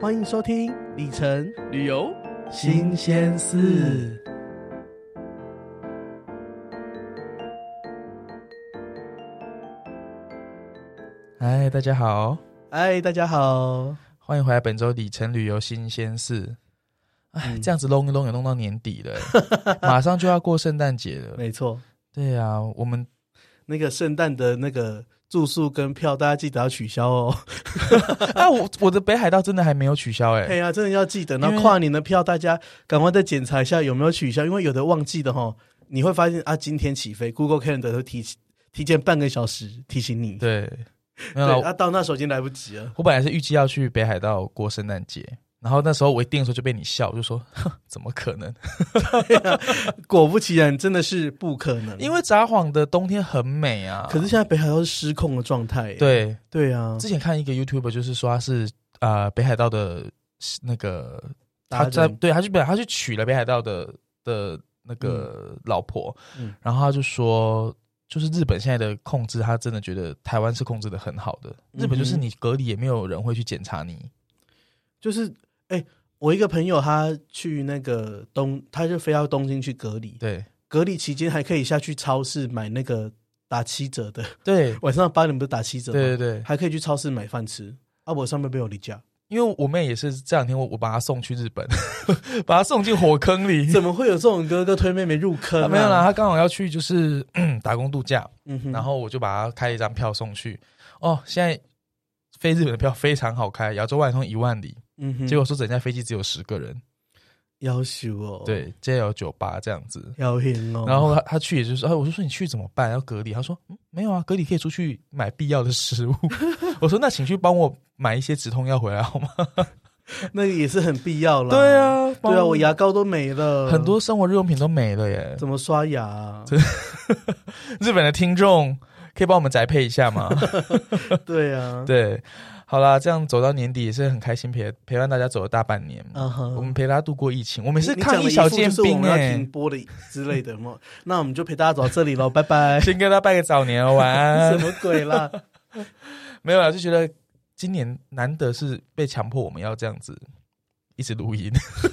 欢迎收听李晨旅游新鲜事。嗨，大家好，哎，大家好，欢迎回来本周里程旅游新鲜事。哎，嗯这样子弄一弄也弄到年底了欸， 马上就要过圣诞节了。没错，对啊，我们那个圣诞的那个住宿跟票，大家记得要取消哦。啊，我我的北海道真的还没有取消 哎、哎呀，真的要记得。为那跨年的票，大家赶快再检查一下有没有取消，因为有的忘记的哈，你会发现啊，今天起飞，Google Calendar 会提提前半个小时提醒你。对，没有对，啦啊，到那时候已经来不及了。我本来是预计要去北海道过圣诞节，然后那时候我一定的时候就被你笑，就说 哼怎么可能？果不其然，真的是不可能。因为札幌的冬天很美啊。可是现在北海道是失控的状态。对，对啊，之前看一个 YouTube，就是说他是呃北海道的那个他达在人对他去北他去娶了北海道的的那个老婆，嗯然后他就说。就是日本现在的控制，他真的觉得台湾是控制的很好的。日本就是嗯哼你隔离也没有人会去检查你，就是哎、我一个朋友他去那个东，他就飞到东京去隔离， 对隔离期间还可以下去超市买那个打七折的，对晚上八点不是打七折对吗？对对，还可以去超市买饭吃。啊，我上面没有离家，因为我妹也是这两天我我把她送去日本， 把她送进火坑里，怎么会有这种哥哥推妹妹入坑、啊啊？ 没有啦，，她刚好要去就是 打工度假，嗯哼，然后我就把它开了一张票送去。哦，现在飞日本的票非常好开，亚洲外通一万里，嗯哼，结果说整架飞机只有十个人，要求哦，，对，JL 酒吧这样子。要行哦，然后他他去也就是，哎，我就说你去怎么办？要隔离？他说、嗯、没有啊，隔离可以出去买必要的食物。 我说那请去帮我买一些止痛药回来好吗？那个也是很必要啦。对，啊，帮对啊，我牙膏都没了，很多生活日用品都没了耶。怎么刷牙 啊、日本的听众可以帮我们宅配一 下吗？对啊，对，好啦，这样走到年底也是很开心陪陪伴大家走了大半年。嗯哼，我们陪他度过疫情，我们你是你抗讲疫的一小副尖就是我兵们要哎、。停播的之类的嘛。那我们就陪大家走到这里喽，拜拜 先跟他拜个早年哦，晚什 安。么鬼啦？没有啦，啊就觉得今年难得是被强迫我们要这样子一直录音，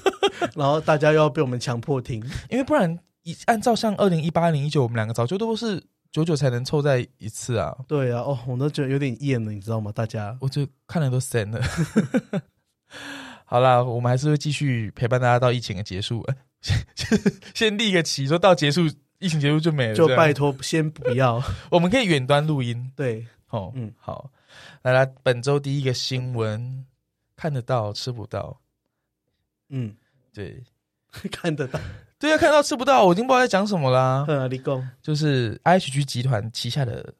然后大家又要被我们强迫听，因为不然一按照像二零一八、二零一九，我们两个早就都是久久才能凑在一次啊。对啊，哦，我都觉得有点厌了，你知道吗？大家，我就看了都神了。 好啦，我们还是会继续陪伴大家到疫情的结束。 呃先先立一个旗，说到结束，疫情结束就没了。就这样拜托先不要。 我们可以远端录音对，哦。嗯嗯，好，来来，本周第一个新闻，看得到吃不到，嗯， 对看得到，对啊，看得到吃不到，我已经不知道在讲什么啦。看哪里供？就是 IHG 集团旗下的，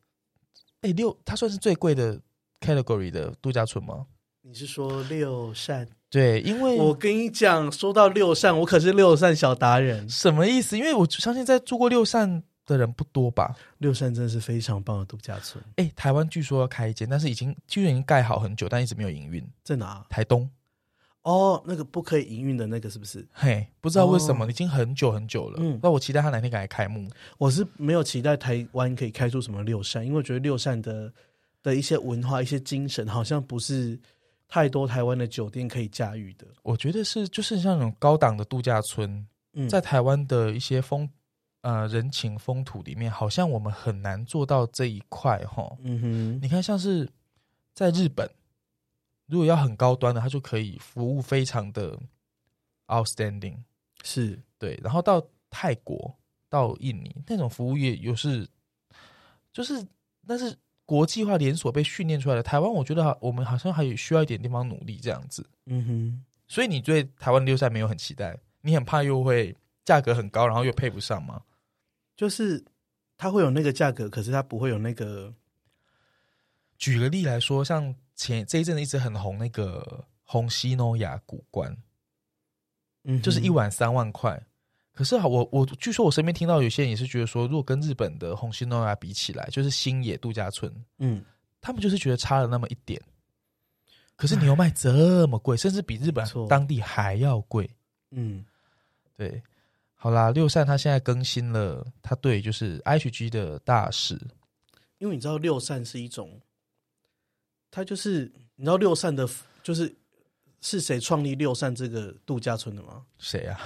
哎六，它算是最贵的 category 的度假村吗？你是说六扇？对，因为我跟你讲，说到六扇，我可是六扇小达人。什么意思？因为我相信在住过六扇的人不多吧？六扇真的是非常棒的度假村，哎，台湾据说要开一间，但是已经据说已经盖好很久，但一直没有营运。在哪？台东，啊哦，那个不可以营运的那个是不是？嘿，不知道为什么、哦已经很久很久了。嗯那我期待它哪天来开幕。我是没有期待台湾可以开出什么六扇，因为我觉得六扇的的一些文化、一些精神，好像不是太多台湾的酒店可以驾驭的。我觉得是就是像那种高档的度假村，嗯，在台湾的一些风呃人情风土里面，好像我们很难做到这一块哈。嗯哼，你看，像是在日本，如果要很高端的，它就可以服务非常的 outstanding，是对。然后到泰国、到印尼那种服务业，又是就是但是国际化连锁被训练出来的。台湾，我觉得好我们好像还有需要一点地方努力这样子。嗯哼，所以你对台湾的六赛没有很期待，你很怕又会价格很高，然后又配不上吗？就是它会有那个价格，可是它不会有那个举个例来说，像前这一阵子一直很红那个红西诺亚古关，嗯哼，就是一晚三万块。可是啊我我据说我身边听到有些人也是觉得说，如果跟日本的红西诺亚比起来，就是星野度假村，嗯，他们就是觉得差了那么一点。可是你又卖这么贵，甚至比日本没错当地还要贵。嗯对，好啦，六扇他现在更新了，他对就是 HG 的大使，因为你知道六扇是一种，它就是你知道六扇的，就是是谁创立六扇这个度假村的吗？谁 啊？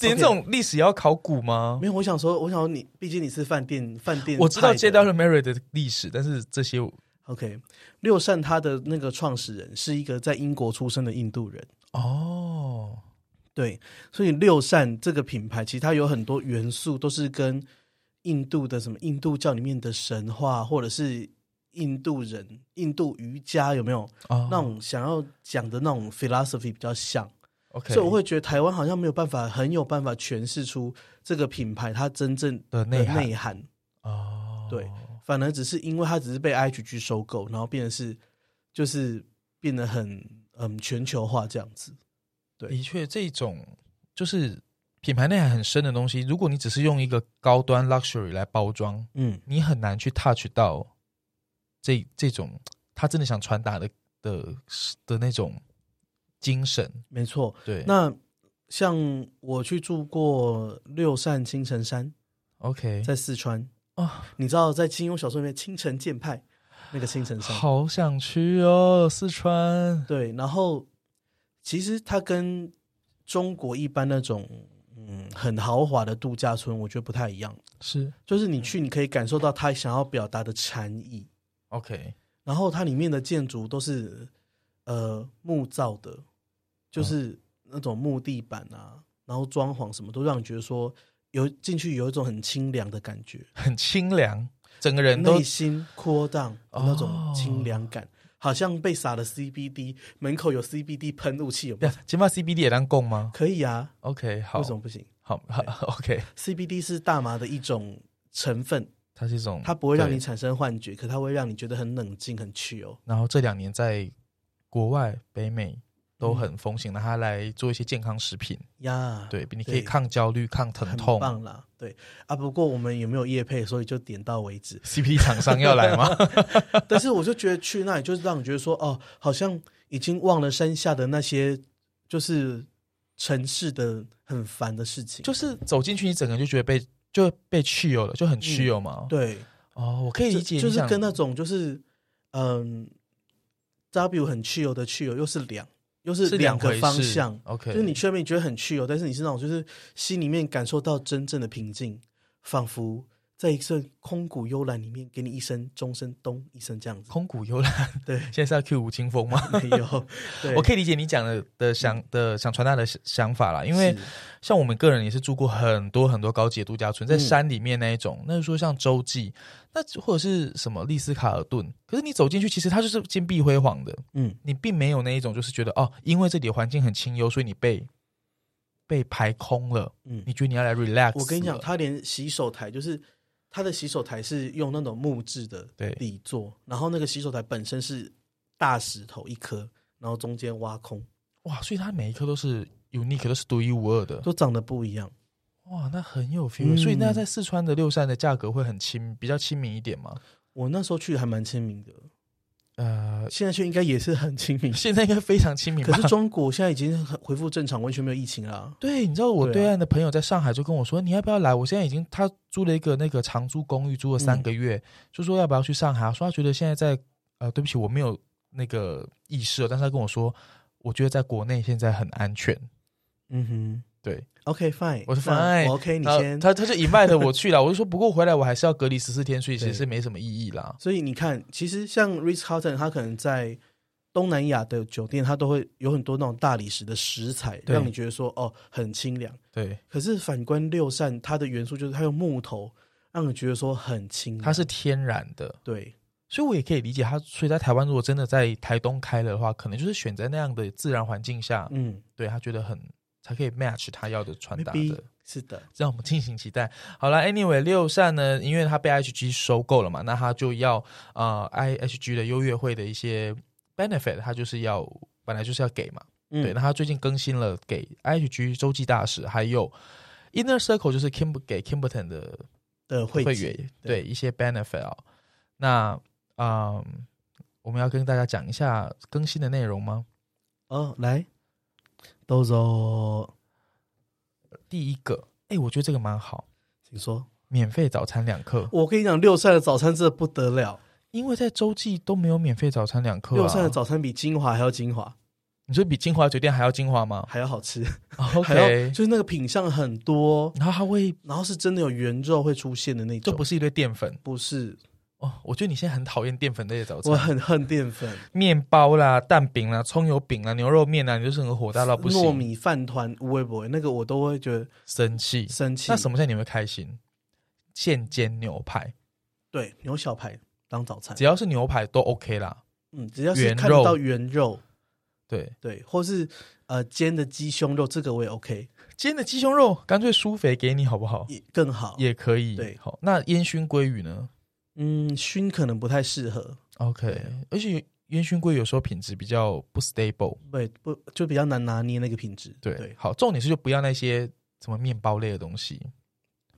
连这种历史要考古吗？没有，我想说，我想说你，毕竟你是饭店饭店派的，哦我知道接到了 Mary 的历史，但是这些 OK，六扇它的那个创始人是一个在英国出生的印度人，哦，对，所以六扇这个品牌其实它有很多元素都是跟印度的什么印度教里面的神话，或者是印度人、印度瑜伽有没有哦那种想要讲的那种 philosophy 比较像， OK，所以我会觉得台湾好像没有办法很有办法诠释出这个品牌它真正的的内涵内涵，哦，对反而只是因为它只是被 IHG 收购，然后变得是就是变得很嗯全球化这样子。对的确，这种就是品牌内涵很深的东西，如果你只是用一个高端 luxury 来包装，嗯，你很难去 touch 到这这种他真的想传达的的的那种精神。没错。对，那像我去住过六扇青城山， OK 在四川，啊、你知道在金庸小说里面青城剑派那个青城山，好想去哦，四川。对，然后其实它跟中国一般那种嗯很豪华的度假村，我觉得不太一样。是就是你去，你可以感受到它想要表达的禅意， OK，然后它里面的建筑都是呃木造的，嗯就是那种木地板啊，然后装潢什么都让你觉得说有进去有一种很清凉的感觉，很清凉，整个人都内心扩荡的那种哦清凉感，好像被撒了 CBD，门口有 CBD 喷雾器，有没有？呀，金发 CBD 也当供吗可以啊， ？OK，好为，什么不行好好 OK， ？CBD 是大麻的一种成分，它是一种，它不会让你嗯对产生幻觉，可它会让你觉得很冷静、很 chill。然后这两年在国外、北嗯美都很风行，拿它来做一些健康食品，呀，对，你可对以抗焦虑、抗疼很痛。。棒啦，对啊。不过我们也没有业配，所以就点到为止 CP 厂商要来吗？ 但是我就觉得去那里，就是让你觉得说，哦，好像已经忘了山下的那些，就是城市的很烦的事情。就是走进去，你整个就觉得被就被 chill 了，就很 chill 嘛。，嗯对，哦，我可以就理解，就你是想跟那种就是嗯，W 很 chill 的 chill，又是两又是是两两个回事方向。 OK，就是你去那边觉得很 chill，但是你是那种就是心里面感受到真正的平静，仿佛在一阵空谷幽兰里面给你一声钟声咚一声这样子。空谷幽兰，对， 现在是要 Q 吴青峰吗？没有， 对，嗯我可以理解你讲的的想的想传达的想法啦，因为是像我们个人也是住过很多很多高级的度假村，在嗯山里面那一种，那就说像洲际，那或者是什么丽思卡尔顿，可是你走进去，其实它就是金碧辉煌的，嗯，你并没有那一种就是觉得哦，因为这里的环境很清幽，所以你被被排空了，嗯你觉得你要来 relax？我跟你讲，了他连洗手台就是他的洗手台是用那种木质的对底座，然后那个洗手台本身是大石头一颗，然后中间挖空，哇，所以它每一颗都是 unique，都是独一无二的，都长得不一样。哇，那很有 feel、所以嗯那在四川的六扇的价格会很亲，比较亲民一点嘛？我那时候去还蛮亲民的，呃， 现在去应该也是很亲民。现在应该非常亲民吧可？是中国现在已经很恢复正常，完全没有疫情啦。 对，你知道我对啊对岸的朋友在上海就跟我说，你要不要来？我现在已经他租了一个那个长租公寓，租了嗯三个月，就说要不要去上海？我说他觉得现在在呃，对不起，我没有那个意识了，但是他跟我说，我觉得在国内现在很安全。嗯哼对， ，OK fine，我是那 fine 我哎 OK，你然后先。他他就 invite 我去了，我就说不过回来我还是要隔离十四天，所以其实对是没什么意义啦。所以你看，其实像 Ritz Carlton，它可能在东南亚的酒店，它都会有很多那种大理石的食材，对让你觉得说哦很清凉。对，可是啊反观六扇，它的元素就是它用木头，让你觉得说很清凉。它是天然的，对，所以我也可以理解他。所以在台湾如果真的在台东开了的话，可能就是选在那样的自然环境下，嗯对他觉得很才可以 match 他要的传达，maybe 的。是的， 让我们敬请期待。好了，Anyway，六善呢，因为他被 HG 收购了嘛，那他就要呃 IHG 的优越会的一些 benefit，他就是要本来就是要给嘛。嗯对，那他最近更新了给 IHG 洲际大使，还有 Inner Circle，就是 Kim 给 Kimberton 的的会会籍员对一些 benefit 哦。那嗯，我们要跟大家讲一下更新的内容吗？哦，来，豆总，第一个，哎，我觉得这个蛮好，请说。免费早餐两课，我跟你讲，六扇的早餐真的不得了，因为在洲际都没有免费早餐两课、啊。六扇的早餐比精华还要精华。你说比金华酒店还要精华吗还要好吃，哦还要？OK，就是那个品相很多，然后它会然后是真的有原肉会出现的那就种，不是一堆淀粉不是，哦。我觉得你现在很讨厌淀粉类的早我餐，很恨淀粉，面包啦、蛋饼啦、葱油饼啦、牛肉面啦，你就是很火大到不糯行，米饭团无微不微，那个我都会觉得生气。生气。那什么叫你会开心？现煎牛排，对牛小排当早餐只，要是牛排都 OK 啦。嗯，只要是原看得到肉原肉，对，对，或是呃煎的鸡胸肉，这个我也 OK，煎的鸡胸肉干脆酥肥给你好不好？也更好。也可以。对好，那烟熏鲑鱼呢嗯，熏可能不太适合， ？OK，而且烟熏鲑鱼有时候品质比较不 stable。对，不就比较难拿捏那个品质。对，好，重点是就不要那些什么面包类的东西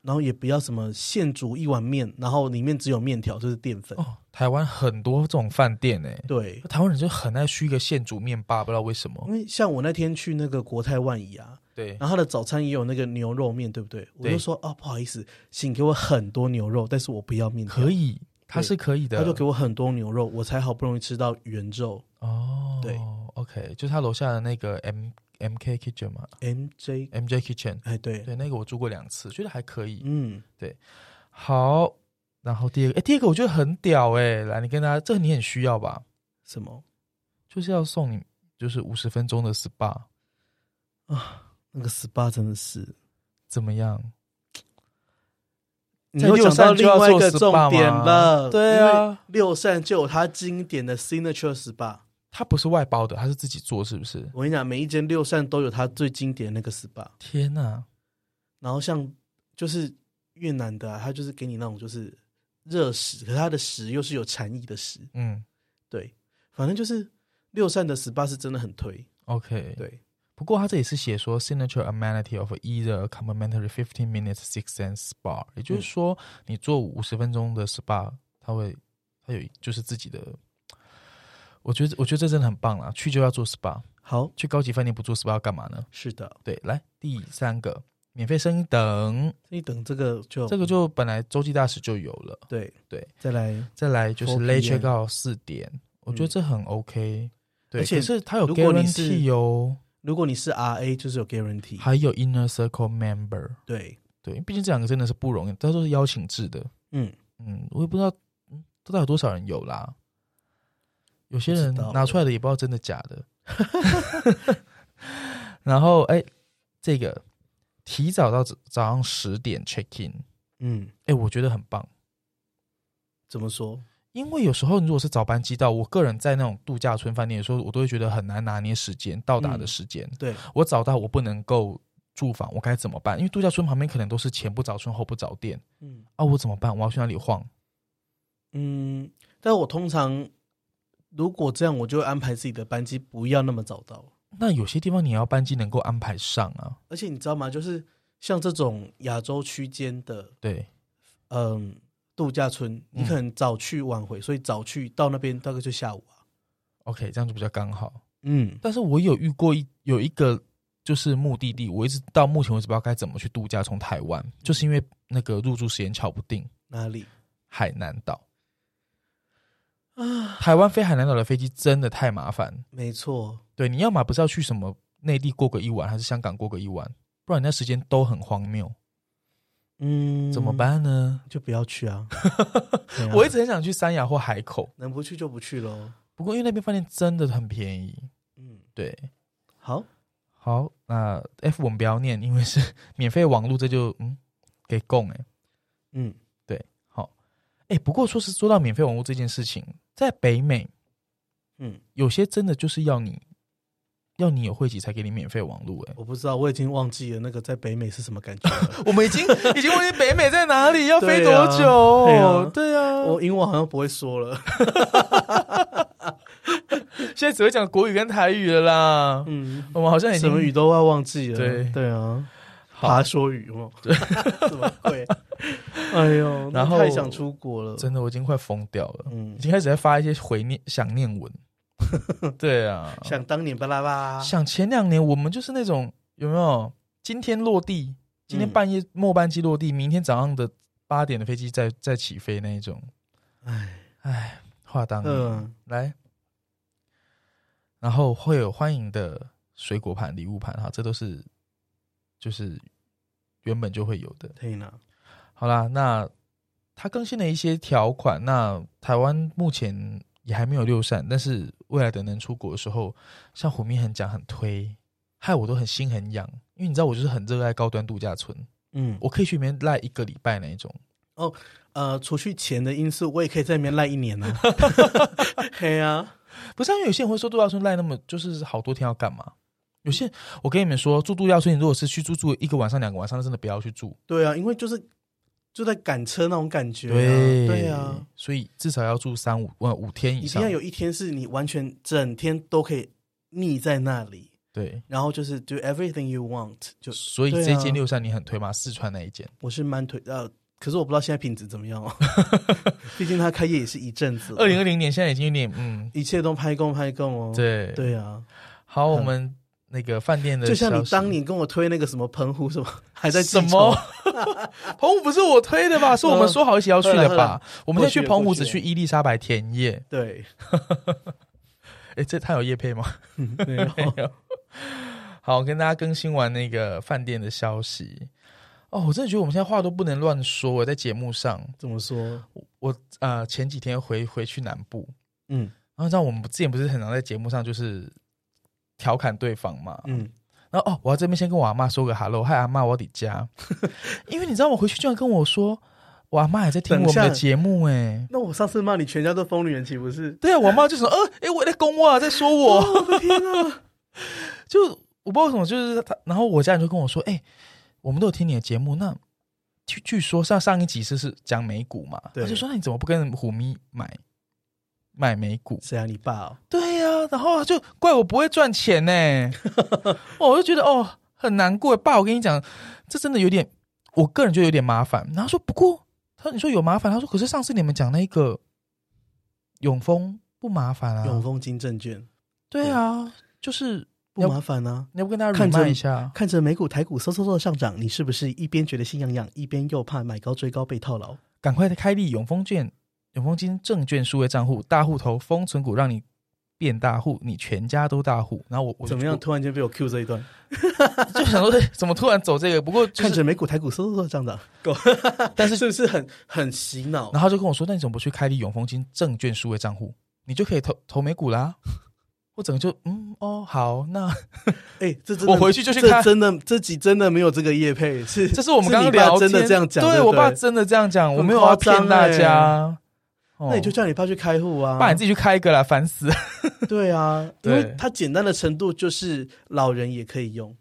然后也不要什么现煮一碗面，然后里面只有面条，就是淀粉。哦。台湾很多这种饭店哎、对，台湾人就很爱虚一个现煮面吧，不知道为什么因。为像我那天去那个国泰万怡嗯啊，对，然后他的早餐也有那个牛肉面，对不对？我就说啊，不好意思，请给我很多牛肉，但是我不要面条。可，以，它是可以的。他就给我很多牛肉，我才好不容易吃到原肉。哦，对，OK，就是他楼下的那个 M M K Kitchen 嘛 MJ， ，M J Kitchen，哎，对，对，那个我住过两次，觉得还可以。嗯，好，然后第二个，哎，第二个我觉得很屌哎、来，你跟大家，这个你很需要吧？什么就是要送你，就是五十分钟的 SPA，啊？那个 SPA 真的是，嗯怎么样？你在又六讲到扇就另要外一做个 SPA 重点吗了，对啊，六扇就有它经典的 signature SPA。它不是外包的，它是自己做，是不是？我跟你讲，每一间六扇都有它最经典的那个 SPA。天哪、然后像就是越南的、啊，它就是给你那种就是热食，可是它的食又是有禅意的食。嗯对，反正就是六扇的 SPA 是真的很推。 ，OK。对，不过它这里是写说 signature amenity of either complimentary fifteen minutes six sense spa，也就是说你做五十分钟的 spa，它会它有就是自己的。我觉得我觉得这真的很棒啦，去就要做 spa，好，去高级饭店不做 spa 要干嘛呢？是的，对，来第三个，免费升等，你等这个就这个就本来洲际大使就有了，对对，再来，再来就是4 late PM check out 四点，我觉得这很 OK。嗯对，而且可是它有如果你是 guarantee 哦，如果你是 RA 就是有 guarantee，还有 inner circle member。对，对，毕竟这两个真的是不容易，它都是邀请制的。嗯，嗯，我也不知道，嗯，到底有多少人有啦。有些人不知道拿出来的也不知道真的假的。 然后，哎，这个提早到早早上十点 check in，嗯，哎，我觉得很棒。怎么说？因为有时候如果是早班机到，我个人在那种度假村饭店的时候，我都会觉得很难拿捏时间到达的时间。对，我早到我不能够住房，我该怎么办？因为度假村旁边可能都是前不着村后不着店嗯啊，我怎么办？我要去哪里晃？嗯，但我通常如果这样，我就会安排自己的班机不要那么早到。那有些地方你要班机能够安排上啊，而且你知道吗？就是像这种亚洲区间的对，嗯度假村，嗯你可能早去晚回，所以早去到那边大概就下午啊。 OK，这样就比较刚好。嗯，但是我有遇过一有一个就是目的地，我一直到目前为止不知道该怎么去度假，从台湾，就是因为那个入住时间瞧不定，哪里海南岛，啊？台湾飞海南岛的飞机真的太麻烦。没错，对，你要么不是要去什么内地过个一晚，还是香港过个一晚，不然你那时间都很荒谬，嗯，怎么？办呢？就不要去 啊！对啊我一直很想去三亚或海口，能不去就不去喽。不过因为那边饭店真的很便宜。嗯，对，好，好，那 F 我们不要念，因为是免费网络，这就嗯给供哎、嗯，好哎、不过说是说到免费网络这件事情，在北美，嗯，有些真的就是要你要你有汇集才给你免费网络哎、我不知道，我已经忘记了那个在北美是什么感觉了。 我们已 经已经忘记北美在哪里，要飞对多啊对啊久？对啊，我英文好像不会说了。现在只会讲国语跟台语了啦。嗯，我们好像已什经么语都要忘记了。对对啊，好爬说语 哦，怎么会？哎呦，然后太想出国了，真的，我已经快疯掉了，嗯已，经开始在发一些回念想念 文。对啊，想当年巴拉巴，想前两年我们就是那种有没有？今天落地，今天半夜末班机落地，明天早上的八点的飞机再再起飞那一种。哎，唉，话当年、嗯，来，然后会有欢迎的水果盘、礼物盘哈，这都是就是原本就会有的。可以呢。好啦，那它更新了一些条款，那台湾目前也还没有六扇，但是未来等能出国的时候，像虎明很讲很推，害我都很心很痒，因为你知道我就是很热爱高端度假村，嗯，我可以去里面赖一个礼拜那一种。呃，除去钱的因素，我也可以在里面赖一年呢、啊。 嘿啊，不是、啊、因为有些人会说度假村赖那么就是好多天要干嘛？有些我跟你们说，住度假村，你如果是去住住一个晚上、两个晚上，那真的不要去住。对啊，因为就是就在赶车那种感觉、啊。对啊，，所以至少要住三五呃五天以一上定要。有一天是你完全整天都可以腻在那里，对，然后就是 do everything you want。就所以对啊这间六三你很推吗？四川那一间，我是蛮推呃，可是我不知道现在品质怎么 样哦，毕竟他开业也是一阵子了，二零二零年现在已经有点嗯，一切都拍供拍供哦。对。对啊，好，我们那个饭店的就像消你息当年跟我推那个什么澎湖什么， 还在记什仇嗯么澎湖不是我推的吧？是我们说好一起要去的 后来后吧来？我们过现在去去澎湖过去只去伊丽莎白田夜。 对，哎，这他有夜配吗？没有好，跟大家更新完那个饭店的消息。哦，我真的觉得我们现在话都不能乱说。欸我在节目上，怎么说？我呃前几天回回去南部，嗯然后你知道我们之前不是很常在节目上就是调侃对方嘛，嗯，然后哦，我要这边先跟我阿妈说个 hello，嗨阿妈，我在 家，因为你知道我回去居然跟我说，我阿妈也在听我们等一的下节目哎、那我上次骂你全家都疯女人，岂不是？对啊，我妈就说，呃，诶，我在公啊，在说我，我的天啊！ 就我不知道为什么，就是她，然后我家人就跟我说，哎、我们都有听你的节目，那据据说上上一集是是讲美股嘛，对他就说那你怎么不跟虎咪买买美股？谁啊？你爸哦？对呀、然后就怪我不会赚 钱呢、哦，我就觉得哦很难过，爸，我跟你讲，这真的有点，我个人就有点麻烦。然后说不过他说你说有麻烦，他说可是上次你们讲那个永丰不麻烦啊，永丰金证券对啊，就是不麻烦啊。你要不跟大家看着 remind 一下，看着美股、台股嗖嗖嗖的上涨，你是不是一边觉得心痒痒，一边又怕买高追高被套牢？赶快开立永丰券、永丰金证券数位账户，大户头封存股，让你变大户，你全家都大户。然后我我怎么样？我突然间被我 Q 这一段， 就想说，哎怎么突然走这个？不过就看是，着美股、台股嗖嗖嗖的上涨， 够，但 是是不是很很洗脑？然后就跟我说，那你怎么不去开立永丰金证券数位账户？你就可以投投美股啦。我整个就嗯哦好，那哎，这真的我回去就去这看。真的这集真的没有这个业配，是这是我们刚刚是你爸聊天真的这样讲对对不我对爸真的这样讲，我很没有要夸张骗大欸家。哦那你就叫你爸去开户啊，爸你自己去开一个啦，烦死 了。对啊，因对为它简单的程度就是老人也可以用，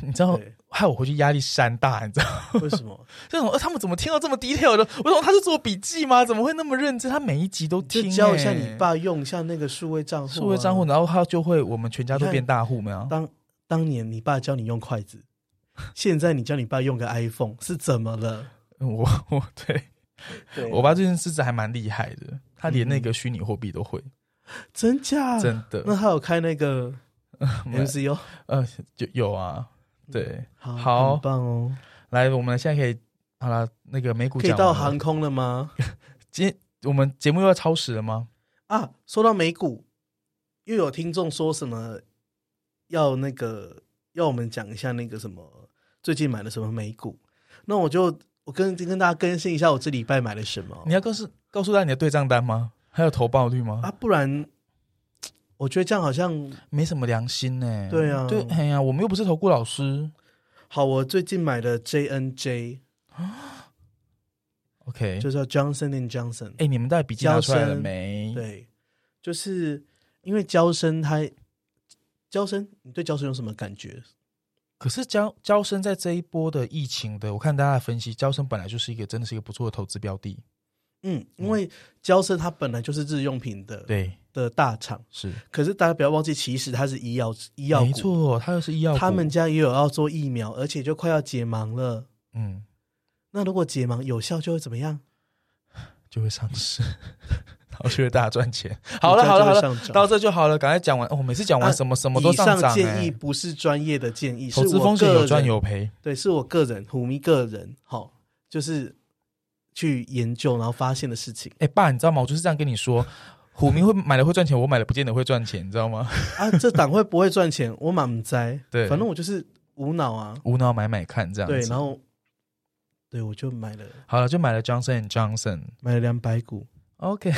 你知道对，害我回去压力山大，你知道吗。 为什么？这种、呃、他们怎么听到这么 detail 的？我想他是做笔记吗？怎么会那么认真？他每一集都听、就欸，教一下你爸用一下那个数位账户、啊，数位账户，。然后他就会我们全家都你看变大户没有？ 当当年你爸教你用筷子，现在你教你爸用个 iPhone 是怎么了？嗯我我对对我爸这件事还蛮厉害的，他连嗯那个虚拟货币都会，真假？真的。嗯那他有开那 个 MCO，呃，有有啊，对，好好很棒哦！来，我们现在可以好了，那个美股可以讲完到了航空了吗？今天我们节目又要超时了吗？啊，说到美股，又有听众说什么要那个要我们讲一下那个什么最近买了什么美股，那我就我跟跟大家更新一下我这礼拜买了什么你要告诉告诉大家你的对账单吗？还有投报率吗？啊，不然我觉得这样好像没什么良心呢、欸。对啊对，哎呀，我们又不是投顾老师。好。我最近买了 JNJ， OK，就叫 Johnson and Johnson，哎、、你们带笔记拿出来了没？，对，就是因为娇生他娇生，你对娇生有什么感觉？可是交交生在这一波的疫情的，我看大家的分析，交生本来就是一个真的是一个不错的投资标的。嗯，因为娇生它本来就是日用品的对，的大厂。是可是大家不要忘记，其实它是医药医药没股，错，它又是医药股。他们家也有要做疫苗，而且就快要解盲了。嗯，那如果解盲有效，就会怎么样？就会上 市，然后就会大赚 钱。好了，股好价了，就好会了，上涨到这就好了，赶快讲完。哦，每次讲完啊什么、什么都以上涨、上欸。建议不是专业的建议，投是资我风险个有人赚有赔。对，是我个人虎迷个人，好、就是去研究然后发现的事情。哎、爸，你知道吗？我就是这样跟你说，虎明会买了会赚钱，我买了不见得会赚钱，你知道吗？ 啊，这党会不会赚钱？我满栽，对反正我就是无脑啊，无脑买买看这样子。对，然后对我就买了好了，就买了 Johnson Johnson。买了两百股， OK，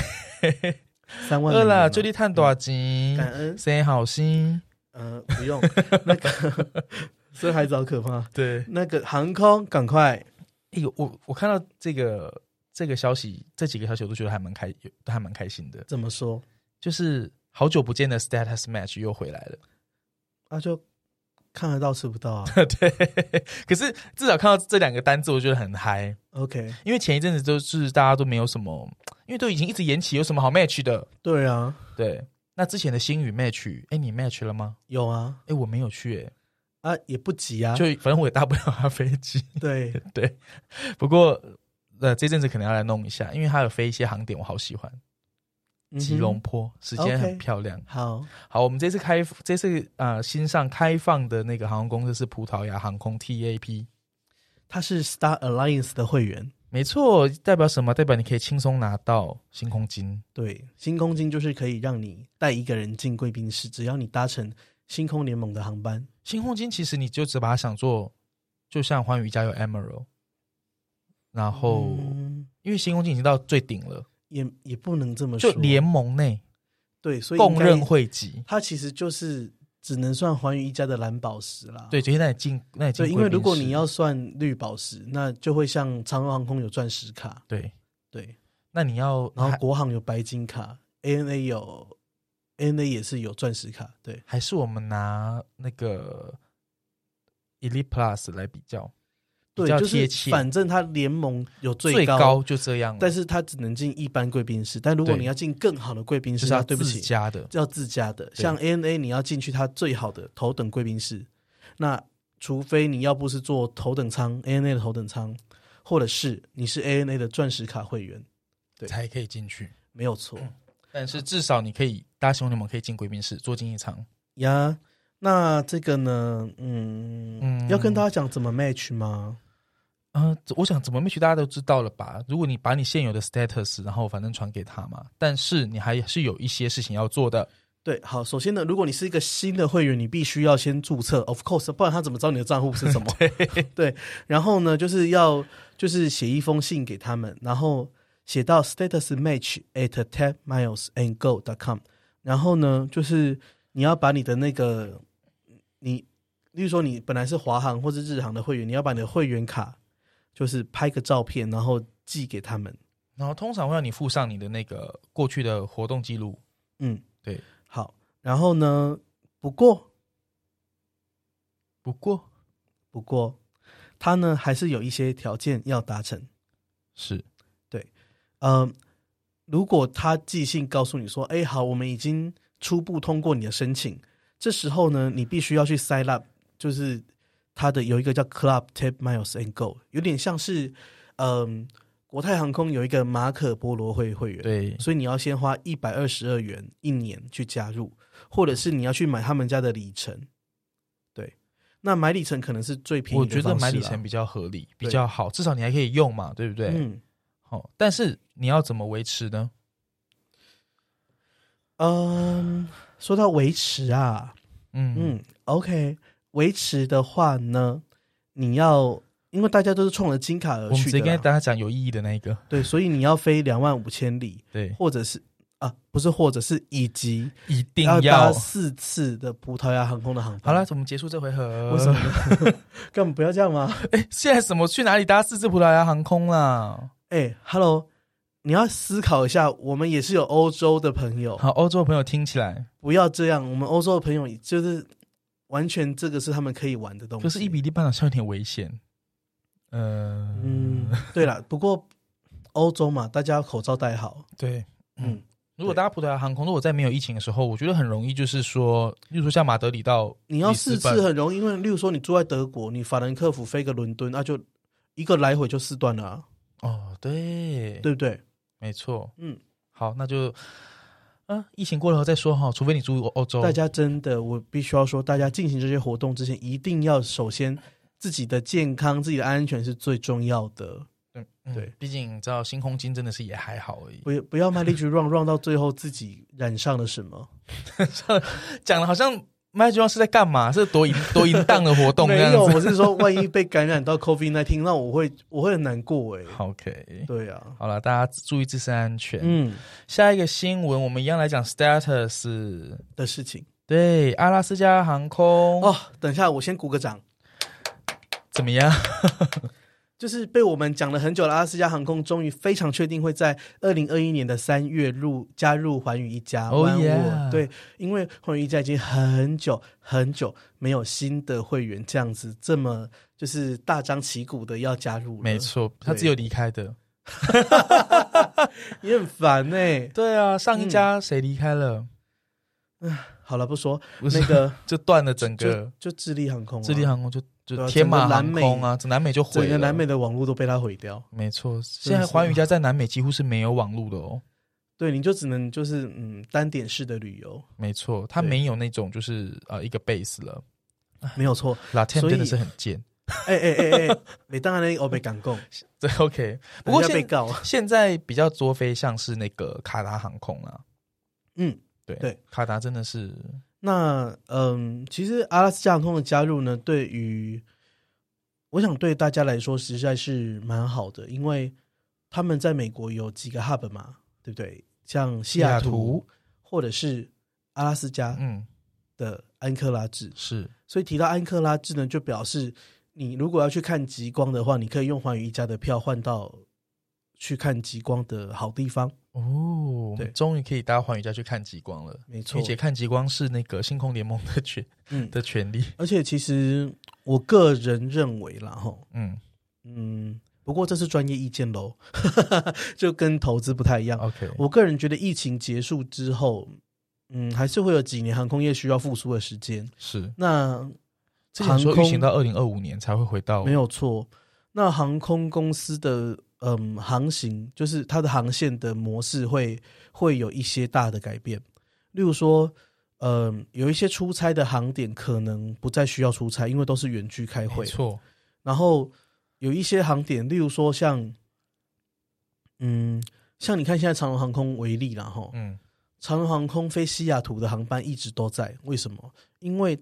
三万美饿元嘛了，最近探多少钱？感恩，谁好心？呃，不用那 个，这还早可怕。对，那个航空，赶快，哎呦，我我看到这个这个消息，这几个消息我都觉得还蛮开，都还蛮开心的。怎么说就是好久不见的 Status Match 又回来了。啊？就看得到吃不到啊对，可是至少看到这两个单字，我觉得很嗨， ？OK， 因为前一阵子都是大家都没有什么，因为都已经一直延期，有什么好 match 的？对啊，对，那之前的星宇 match，哎，你 match 了吗？有啊，哎，我没有去、诶啊也不急啊，就反正我也搭不了他飞机。 对，对，不过呃，这阵子可能要来弄一下，因为他有飞一些航点，我好喜欢。嗯哼吉隆坡时间 OK 很漂亮。好，好，我们这次开这次呃新上开放的那个航空公司是葡萄牙航空 TAP，他是 Star Alliance 的会员，没错，代表什么？代表你可以轻松拿到星空金。对，星空金就是可以让你带一个人进贵宾室，只要你搭乘星空联盟的航班，星空金其实你就只把它想做，就像欢愉家有 Emerald，然后、嗯因为星空金已经到最顶了，也也不能这么就说，联盟内对，所以应共该认会籍。它其实就是只能算寰宇一家的蓝宝石啦。对，就是那你进那你进哦对，贵宾室，因为如果你要算绿宝石，那就会像长荣航空有钻石卡，对，对，那你要然后还国航有白金卡，ANA 有 ANA 也是有钻石卡，对，还是我们拿那个 Elite Plus 来比较，比对，较就贴是切，反正它联盟有最高，高就这样了，但是它只能进一般贵宾室，但如果嗯对你要进更好的贵宾就室，是要那啊对不自起，家的，要自家的，对像 ANA 你要进去它最好的头等贵宾室，那除非你要不是坐头等舱 ANA 的头等舱，或者是你是 ANA 的钻石卡会员，对才可以进去。没有错嗯但是至少你可以搭兄弟们可以进贵宾室，坐进一场。呀。那这个呢，嗯，嗯要跟大家讲怎么 match 吗？呃，我想怎么 match 大家都知道了吧？如果你把你现有的 status，然后反正传给他嘛，但是你还是有一些事情要做的。对，好，首先呢，如果你是一个新的会员，你必须要先注册，of course，不然他怎么知道你的账户是什么？ 对，然后呢，就是要就是写一封信给他们，然后写到 status match at ten miles and go dot com，然后呢，就是你要把你的那个你，例如说你本来是华航或者日航的会员，你要把你的会员卡就是拍个照片，然后寄给他们。然后通常会让你附上你的那个过去的活动记录。嗯，对，好，然后呢，不过不过不过，它呢还是有一些条件要达成。是嗯，如果他寄信告诉你说：“哎，好，我们已经初步通过你的申请。”这时候呢，你必须要去 sign up，就是它的有一个叫 Club Tap Miles and Go，有点像是嗯，国泰航空有一个马可波罗会会员，对所以你要先花一百二十二元一年去加入，或者是你要去买他们家的里程。对，那买里程可能是最便我宜的觉方式啦。得买里程比较合理，比对较好，至少你还可以用嘛，对不对？嗯好、但是你要怎么维持呢？嗯，说到维持啊，嗯嗯，OK，维持的话呢，你要因为大家都是冲着金卡而我们直去接的跟啦，大家讲有意义的那一个。对，所以你要飞两万五千里，对，或者是啊，不是，或者是以及一定要搭要。四次的葡萄牙航空的航好呃班。了，，我们结束这回合。为什么呢？ 干嘛不要这样吗？ 现在什么去哪里搭四次葡萄牙航空啦？哎，Hello，你要思考一下，我们也是有欧洲的朋友，好，欧洲的朋友听起来不要这样，我们欧洲的朋友就是完全这个是他们可以玩的东西，可是一比例半好像有点危险。呃，嗯，对了， 不过欧洲嘛，大家口罩戴好。对，嗯嗯。如果搭葡萄牙航空，如果在没有疫情的时候，我觉得很容易，就是说，例如说像马德里到你要里斯四本次很容易，因为例如说你住在德国，你法兰克福飞个伦敦，那、就一个来回就四段了、啊，哦，对，对不对？没错，嗯，好，那就，嗯、疫情过了后再说哈，除非你住欧洲，哦大家真的，我必须要说，大家进行这些活动之前，一定要首先自己的健康、自己的安全是最重要的。嗯嗯对毕竟你知道星空金真的是也还好而已，不要不要卖力去 run run 到最后自己染上了什么？ 讲的好像 Magic Round 是在干嘛？是多淫多淫荡的活动这 没样有，子。我是说，万一被感染到 COVID nineteen，那我会我会很难过 哎、 OK，对啊，好了，大家注意自身安全。嗯下一个新闻，我们一样来讲 status。的事情对，阿拉斯加航空、哦。等一下，我先鼓个掌。怎么样？就是被我们讲了很久的阿拉斯加航空，终于非常确定会在二零二一年的三月入加入环宇一家。 Oh 湾 yeah 对，因为环宇一家已经很久很久没有新的会员这样子这么就是大张旗鼓的要加入了，没，错，他只有离开的。也很烦呢、对啊，上一嗯家谁离开了？好了，不说不是那个，就断了整就个就智利航空、啊，智利航空就，就对啊天马整个航南美空啊，整南美就毁整了。个南美的网络都被它毁掉。没错，现的在是环宇家在南美几乎是没有网路的哦。对，你就只能就是嗯单点式的旅游，没错，它对没有那种就是呃一个 base 了。没有错。 Latam 所以真的是很贱。 哎哎哎哎，每当然那我被港共，对，OK。不过人家被现告，现在比较作飞像是那个卡达航空啦、嗯。对对，卡达真的是那嗯，其实阿拉斯加航空的加入呢，对于我想对大家来说实在是蛮好的，因为他们在美国有几个 hub 嘛，对不对？像西雅西雅图图或者是阿拉斯加嗯的安克拉治，是所以提到安克拉治呢，就表示你如果要去看极光的话，你可以用环宇一家的票换到去看极光的好地方。哦，对终于可以搭环宇家去看极光了。没错而，且看极光是那个星空联盟的权 嗯，的权利。而且其实我个人认为啦，吼，嗯嗯，不过这是专业意见喽， 就跟投资不太一样。 ，OK，我个人觉得疫情结束之后，嗯，还是会有几年航空业需要复苏的时间。是那之前说航空预行到二零二五年才会回到没有错，那航空公司的嗯航行，就是它的航线的模式会会有一些大的改变，例如说。嗯，有一些出差的航点可能不再需要出差，因为都是园区开没会。错，然后有一些航点，例如说像，嗯，像你看现在长龙航空为例啦，哈，嗯长龙航空飞西雅图的航班一直都在，为什么？因为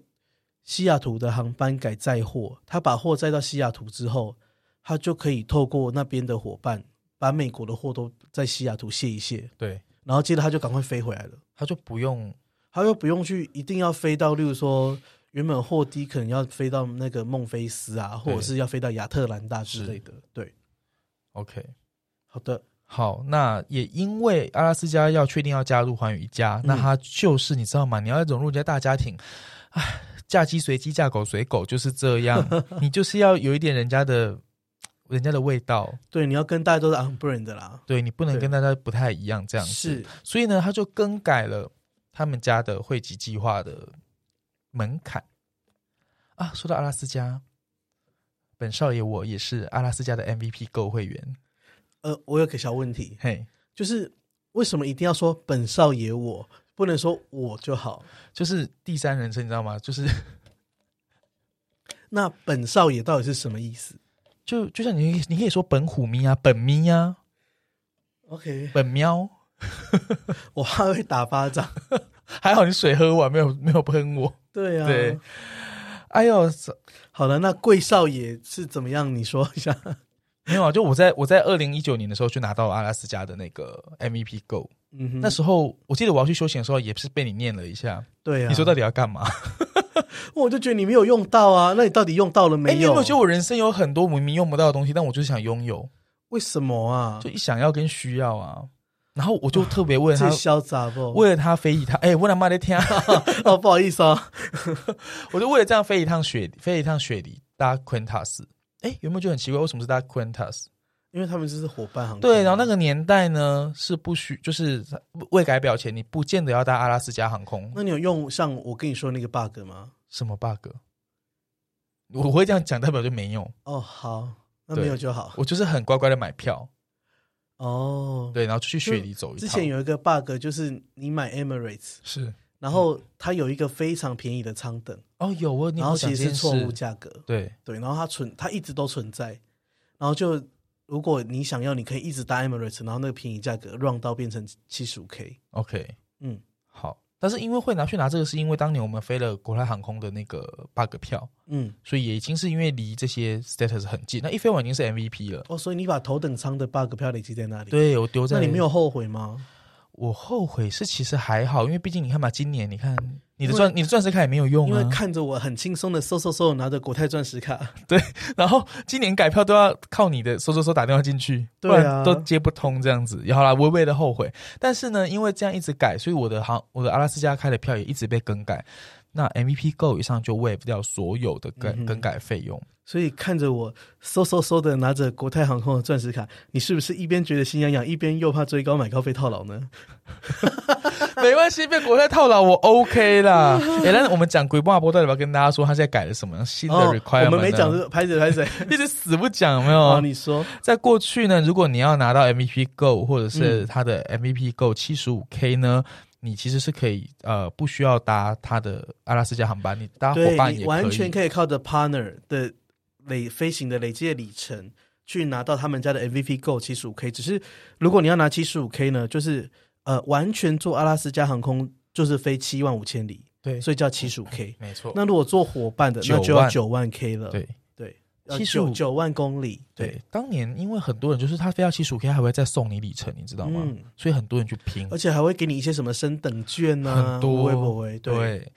西雅图的航班改载货，他把货载到西雅图之后，他就可以透过那边的伙伴，把美国的货都在西雅图卸一卸，对，然后接着他就赶快飞回来了，他就不用他又不用去一定要飞到，例如说。原本货低可能要飞到那个孟菲斯啊，或者是要飞到亚特兰大之是类的，对。 OK。好的，好，那也因为阿拉斯加要确定要加入环宇一家，嗯那它就是你知道吗？你要融入人家大家庭，唉，嫁鸡随鸡，嫁狗随狗，就是这 样。你就是要有一点人家的人家的味道，对，你要跟大家都是 on brand 的啦，对你不能对跟大家不太一样这样子。是所以呢，他就更改了他们家的汇集计划的门槛啊。说到阿拉斯加，本少爷我也是阿拉斯加的 MVP 购会员，呃，我有个小问题，嘿，就是为什么一定要说本少爷我，不能说我就好？就是第三人称，你知道吗？就是。那本少爷到底是什么意思就就像你，你可以说本虎咪啊，本咪啊， ？OK，本喵。 我怕会打巴掌。 还好你水喝完，没有没有喷我。对啊，对，哎呦，好了，那贵少爷是怎么样？你说一下。没有啊，就我在我在二零一九年的时候就拿到阿拉斯加的那个 MVP Go，、嗯哼，那时候我记得我要去休闲的时候也是被你念了一下，对啊，你说到底要干嘛？我就觉得你没有用到啊，那你到底用到了哎，没你有没有觉得就我人生有很多明明用不到的东西，但我就是想拥有，为什么啊就？一想要跟需要啊。然后我就特别为了这他，潇洒不？为了他飞一趟，哎，为了妈的天啊， 哦，不好意思啊，我就为了这样飞一趟雪，飞一趟雪梨搭 Quintas，哎，有没有觉得很奇怪？为什么是搭 Quintas？因为他们就是伙伴航空。对，然后那个年代呢是不需，就是未改表前，你不见得要搭阿拉斯加航空。那你有用上我跟你说的那个 bug 吗？什么 bug？我会这样讲，代表就没有。哦，好，那对没有就好。我就是很乖乖的买票，哦，对，然后就去雪梨走一趟。之前有一个 bug 就是你买 Emirates，是然后它有一个非常便宜的舱等，哦，有我有你然有后讲其实这件是错误事，价格，对，对，然后它存它一直都存在，然后就如果你想要，你可以一直搭 Emirates，然后那个便宜价格 run 到变成七十五 K。 OK，嗯，好。但是因为会拿去拿这个，是因为当年我们飞了国泰航空的那个 bug 票，嗯，所以也已经是因为离这些 status 很近。那一飞完已经是 MVP 了。哦，所以你把头等舱的 bug 票累积在那里，，对我丢在那你没有后悔吗？我后悔是其实还好，因为毕竟你看嘛，今年你看你的因为钻你的钻石卡也没有用因为啊，看着我很轻松的嗖嗖嗖拿着国泰钻石卡， 然后今年改票都要靠你的收收收打电话进去，对不啊然都接不通这样子。也好啦，微微的后悔，但是呢，因为这样一直改，所以我的航我的阿拉斯加开的票也一直被更改。那 MVP Go 以上就 waive 掉所有的更、嗯哼更改费用，所以看着我嗖嗖嗖的拿着国泰航空的钻石卡，你是不是一边觉得心痒痒，一边又怕追高买高被套牢呢？没关系，被国泰套牢我 OK 啦。哎、但是我们讲鬼话波到底要不要跟大家说他现在改了什么新的哦 requirement？、啊我们没讲，这个拍谁拍谁。 一直死不讲，有没有？哦，你说，在过去呢，如果你要拿到 MVP Go 或者嗯是它的 MVP Go 七十五 K 呢，你其实是可以呃不需要搭它的阿拉斯加航班，你搭啊伙对伴你也完全以。可以靠着 partner 的累飞行的累积的里程去拿到他们家的 MVP Go 七十五 K。只是如果你要拿七十五 K 呢，就是呃完全坐阿拉斯加航空就是飞七万五千里，对，所以叫七十五 K。没错。那如果做伙伴的，那就要九万 K 了。对对， 75九万公里。对，当年因为很多人就是他飞到七十五 K 还会再送你里程，你知道吗？嗯所以很多人去拼而，且还会给你一些什么升等券啊，很多会不会？对，对。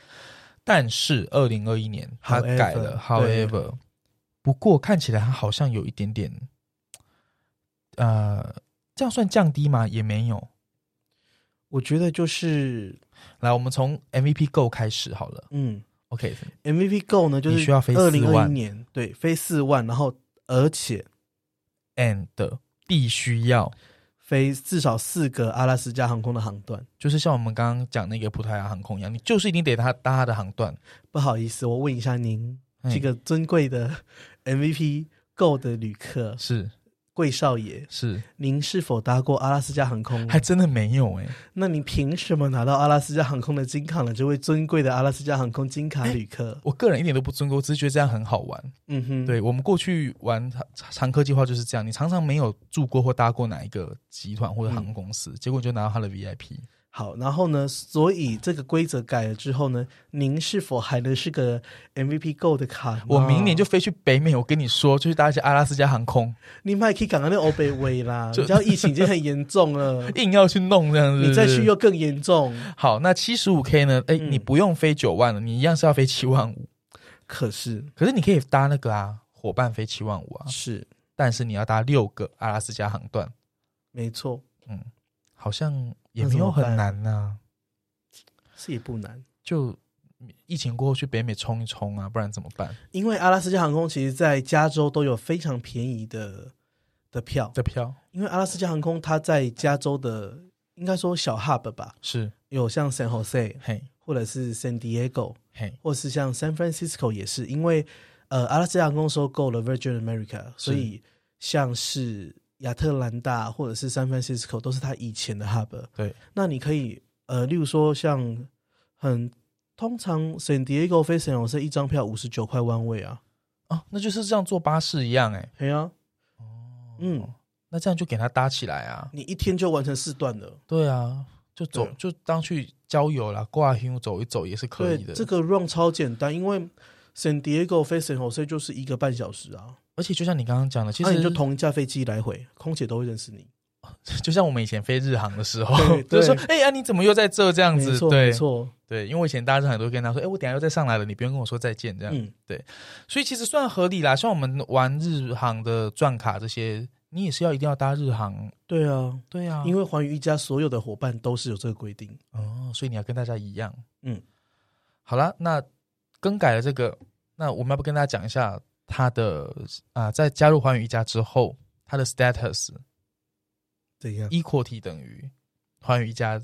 但是二零二一年他改了 However， ，However，不过看起来他好像有一点点，呃，这样算降低吗？也没有，我觉得就是来，我们从 MVP Go 开始好了。嗯 OK， ，MVP Go 呢，就你是需要飞二4零二一万年对飞四万，然后而且 and 必须要飞至少四个阿拉斯加航空的航段。就是像我们刚刚讲那个葡萄牙航空一样，你就是一定得搭搭它的航段。不好意思，我问一下您，嗯这个尊贵的 MVP Go 的旅客是贵少爷，是，您是否搭过阿拉斯加航空？还真的没有哎、那你凭什么拿到阿拉斯加航空的金卡呢？这位尊贵的阿拉斯加航空金卡旅客，我个人一点都不尊贵，我只是觉得这样很好玩。嗯哼，，对我们过去玩长长科计划就是这样，你常常没有住过或搭过哪一个集团或者航空公司，嗯结果你就拿到它的 VIP。好，然后呢？所以这个规则改了之后呢，您是否还能是个 MVP Go 的卡呢？我明年就飞去北美，我跟你说，就去搭一些阿拉斯加航空，你麦可以赶快那欧北威啦， 就，你知道疫情已经很严重了 硬要去弄这样子。你再去又更严重。好，那七十五 K 呢？哎、嗯你不用飞九万了，你一样是要飞七万五，可是可是你可以搭那个啊，伙伴飞七万五啊，是但是你要搭六个阿拉斯加航段，没错，好像也那没怎有么办很难呐、是也不难，就疫情过后去北美冲一冲啊，不然怎么办？因为阿拉斯加航空其实在加州都有非常便宜的的票，的票因为阿拉斯加航空它在加州的应该说小 hub 吧，是有像 San Jose 嘿或者是 San Diego，嘿或是像 San Francisco 也是，因为呃阿拉斯加航空收购了 Virgin America，所以像是亚特兰大或者是 San Francisco 都是它以前的 hub。对，那你可以呃，例如说像很通常 San Diego 飞 San Jose 一张票五十九块弯位啊，哦，那就是这样坐巴士一样哎、对啊，嗯，那这样就给它搭起来啊，你一天就完成四段了。对啊，就走对就当去郊游啦，挂 hill 走一走也是可对以，的，这个 run 超简单，因为 San Diego 飞 San Jose 就是一个半小时啊，而且就像你刚刚讲的，其那实啊你就同一架飞机来回，空姐都会认识你。就像我们以前飞日航的时候， 对就是说对，哎、呀、你怎么又在这这样没子？错，对没错，对，因为我以前搭日航都会跟他说，哎、我等一下又再上来了，你不用跟我说再见这样。嗯。所以其实算合理啦。像我们玩日航的转卡这些，你也是要一定要搭日航。对啊，对啊，因为为环宇一家所有的伙伴都是有这个规定。哦，所以你要跟大家一样。嗯，好啦，那更改了这个，那我们要不跟大家讲一下他的啊、在加入环宇一家之后，他的 status 怎样？ equality 等于环宇一家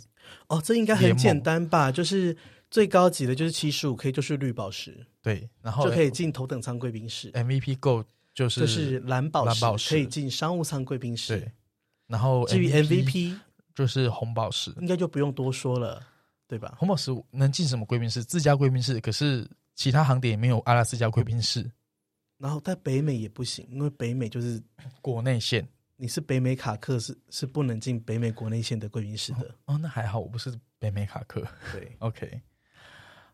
哦，这应该很联盟简单吧？就是最高级的就是七十五 K，就是绿宝石，对，然后就可以进头等舱贵宾室。 MVP Go 哎就是就是蓝宝石蓝宝石可以进商务舱贵宾室对。，哦然后至于 MVP，就是红宝石，应该就不用多说了，对吧？红宝石能进什么贵宾室？自家贵宾室，可是其他航点也没有阿拉斯加贵宾室，然后在北美也不行，因为北美就是国内线你是北美卡克是是不能进北美国内线的贵宾室的。哦，那还好，我不是北美卡克。对， OK，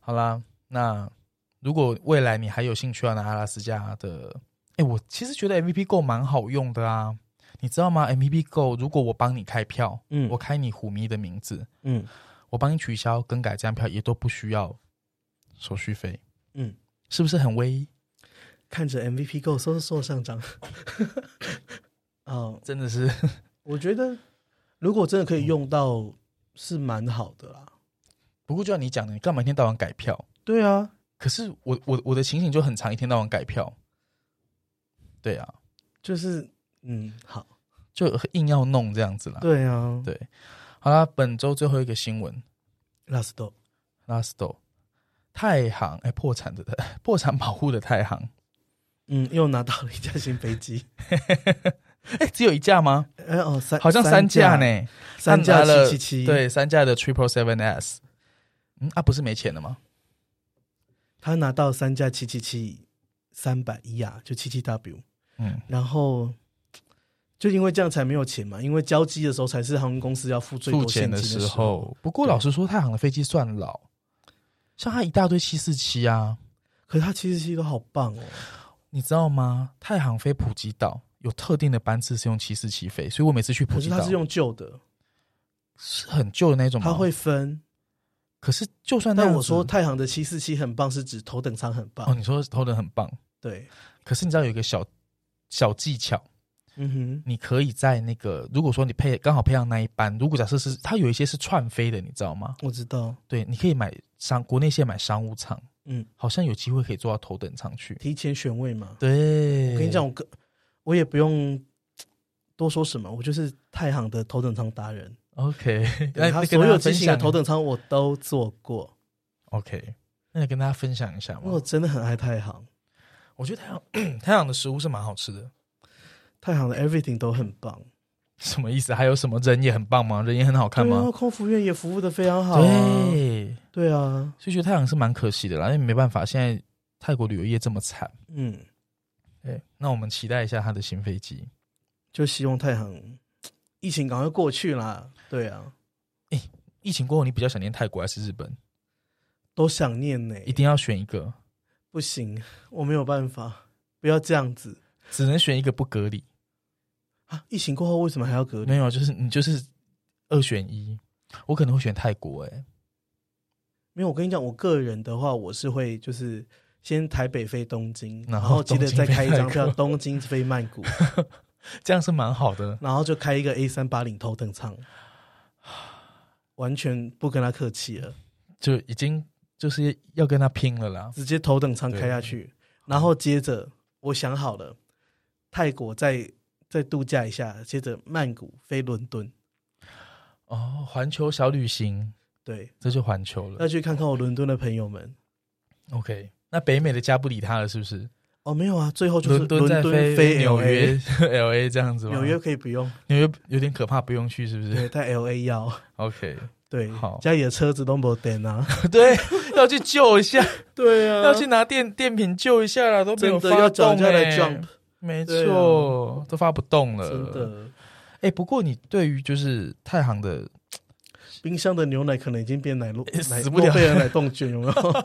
好啦，那如果未来你还有兴趣要拿阿拉斯加的，哎、我其实觉得 MVP Go 蛮好用的啊，你知道吗？MVP Go 如果我帮你开票，嗯我开你虎迷的名字，嗯我帮你取消更改这张票，也都不需要手续费，嗯，是不是很威？看着 MVP Go 收收上涨。 哦，真的是我觉得如果真的可以用到，是蛮好的啦。 不过就像你讲的，你干嘛一天到晚改票？对啊，可是我我我的情形就很长，一天到晚改票。对啊，就是嗯，好，就硬要弄这样子啦。对啊，对，好啦，本周最后一个新闻拉斯豆， ，last o 太行哎、破产的 破产保护的 太行嗯，又拿到了一架新飞 机。哎、只有一架吗？哎哦，三好像呃三架，呢，三他架拿了七七七，，对，三架的 triple seven s，嗯啊，不是没钱了吗？他拿到三架七七七三百一啊，就七七 W，嗯，然后就因为这样才没有钱嘛，因为交机的时候才是航空公司要付最付多钱现金的时，候，不过老实说，太行的飞机算老，像他一大堆七四七啊，可是他七七七都好棒哦，你知道吗？太行飞普吉岛有特定的班次是用七四七飞，所以我每次去普可吉是岛他是用旧的，是很旧的那种吗，哦他会分。可是就算那但样我说子太行的七四七很棒，是指头等舱很哦，棒，你说头等很棒，对，可是你知道有一个小小技巧，嗯哼，你可以在那个如果说你配刚好配上那一班，如果假设是它有一些是串飞的，你知道吗？我知道，对，你可以买商国内线买商务舱，嗯，好像有机会可以坐到头等舱去。提前选位嘛，对，我跟你讲，，我跟我也不用多说什么，我就是太行的头等舱达人。对 OK，哎那他那所跟大有家机分型的享头等舱我都坐过， OK，那你跟大家分享一下我嘛。真的很爱太行，我觉得太阳太阳的食物是蛮好吃的，太行的 everything 都很棒，什么意思？还有什么人也很棒吗？人也很好看对啊吗？空服员也服务的非常好、啊，对，对啊，所以觉得太阳是蛮可惜的啦，因为没办法，现在泰国旅游业这么惨。嗯，对，那我们期待一下他的新飞机。就希望太行疫情赶快过去啦。对啊，疫情过后，你比较想念泰国还是日本？都想念呢、一定要选一个，不行，我没有办法，不要这样子只能选一个不隔离。啊！疫情过后为什么还要隔离？没有，啊就是你就是二选一。我可能会选泰国、欸，没有，我跟你讲，我个人的话，我是会就是先台北飞东京，然然后后接着东京再飞开一张泰票国东京飞曼谷， 这样是蛮好的。然后就开一个 A 三八零头等舱，完全不跟他客气了，就已经就是要跟他拼了啦。直接头等舱开下去，然后接着我想好了，泰国再再度假一下，接着曼谷飞伦敦，哦，环球小旅行，对，这就环球了。要去看看我伦敦的朋友们。呃 OK，那北美的家不理他了，是不是？哦，没有啊，最后就是敦伦在敦飞纽 LA 约、L A 这样子吗？纽约可以不 用，纽约有点可怕，不用去，是不是对，但 L A 要。 ？OK， 对，好家里的车子都没电啊。对，要去救 一下，对啊要去拿电电瓶救一下啦，都没有真发的要找动人家来欸 jump，没对啊错，都发不动了。真，的。哎、不过你对于就是太行的，冰箱的牛奶可能已经变奶酪，哎奶死不了诺贝尔奶冻卷有没 有？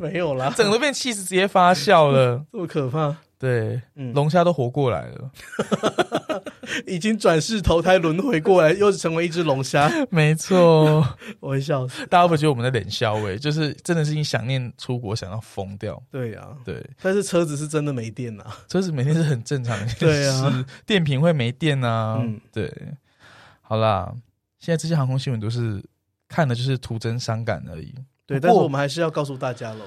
没有啦，整个变气死，直接发酵 了。这么可怕。对，嗯，龙虾都活过来了，已经转世投胎轮回过来，又成为一只龙虾，没错。我会笑死。大家会觉得我们在脸笑哎，就是真的是因想念出国，想要疯掉。对啊，对，但是车子是真的没电啊啦。车子每天是很正常的对啊事，电瓶会没电啊。嗯对，好啦，现在这些航空新闻都是看的就是徒增伤感而已。对，不但过是我们还是要告诉大家喽，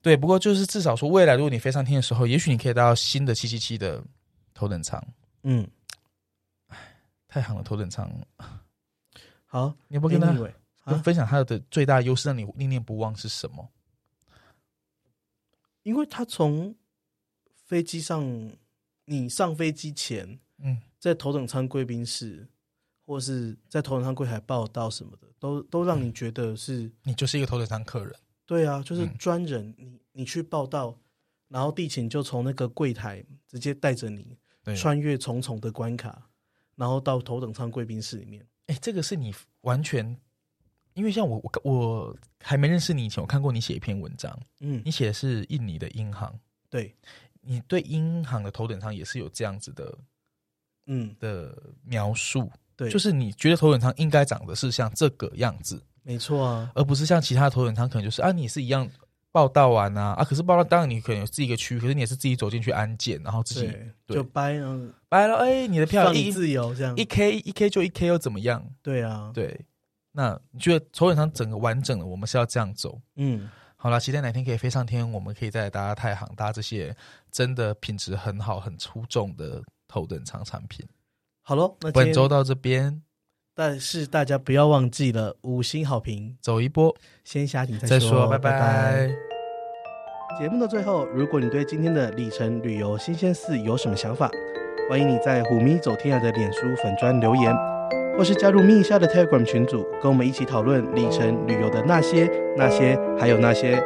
对，不过就是至少说，未来如果你飞上天的时候，也许你可以搭到新的七七七的头等舱，嗯，太行的头等舱。好，你要不我要跟他、你啊分享它的最大优势，让你念念不忘是什么？因为他从飞机上，你上飞机前，嗯，在头等舱贵宾室，或是在头等舱柜台报到什么的，都都让你觉得是、你就是一个头等舱客人。对啊，就是嗯专人，你你去报到，然后地勤就从那个柜台直接带着你对，穿越重重的关卡，然后到头等舱贵宾室里面。哎、这个是你完全，因为像我我我还没认识你以前，我看过你写一篇文章，嗯你，写的是印尼的银行，对，你对银行的头等舱也是有这样子的嗯，的描述，对，就是你觉得头等舱应该长得是像这个样子，没错啊，而不是像其他的头等舱可能就是啊，你是一样报到完啊啊，可是报到当然你可能有自己一个区，可是你也是自己走进去安检，然后自己对，对就掰，然后来了，哎，你的票放一你自由这样一。k 一 k 就一 k 又怎么样？对啊，对，那你觉得头等舱整个完整的，我们是要这样走？嗯，好啦，期待哪天可以飞上天，我们可以再来搭搭太行，搭这些真的品质很好、很出众的头等舱产品。好喽，那今本周天到这边，但是大家不要忘记了五星好评，走一波，先下停再说，说，拜拜节目的最后，如果你对今天的里程旅游新鲜事有什么想法，欢迎你在虎咪走天涯的脸书粉砖留言，或是加入咪一下的 Telegram 群组，跟我们一起讨论里程旅游的那些、那些，还有那些。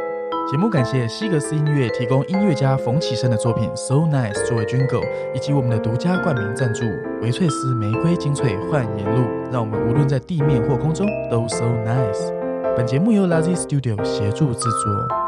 节目感谢西格斯音乐提供音乐家冯启生的作品《So Nice》作为 Jingle，以及我们的独家冠名赞助维翠斯玫瑰精粹焕颜露，让我们无论在地面或空中都 So Nice。本节目由 Lazy Studio 协助制作。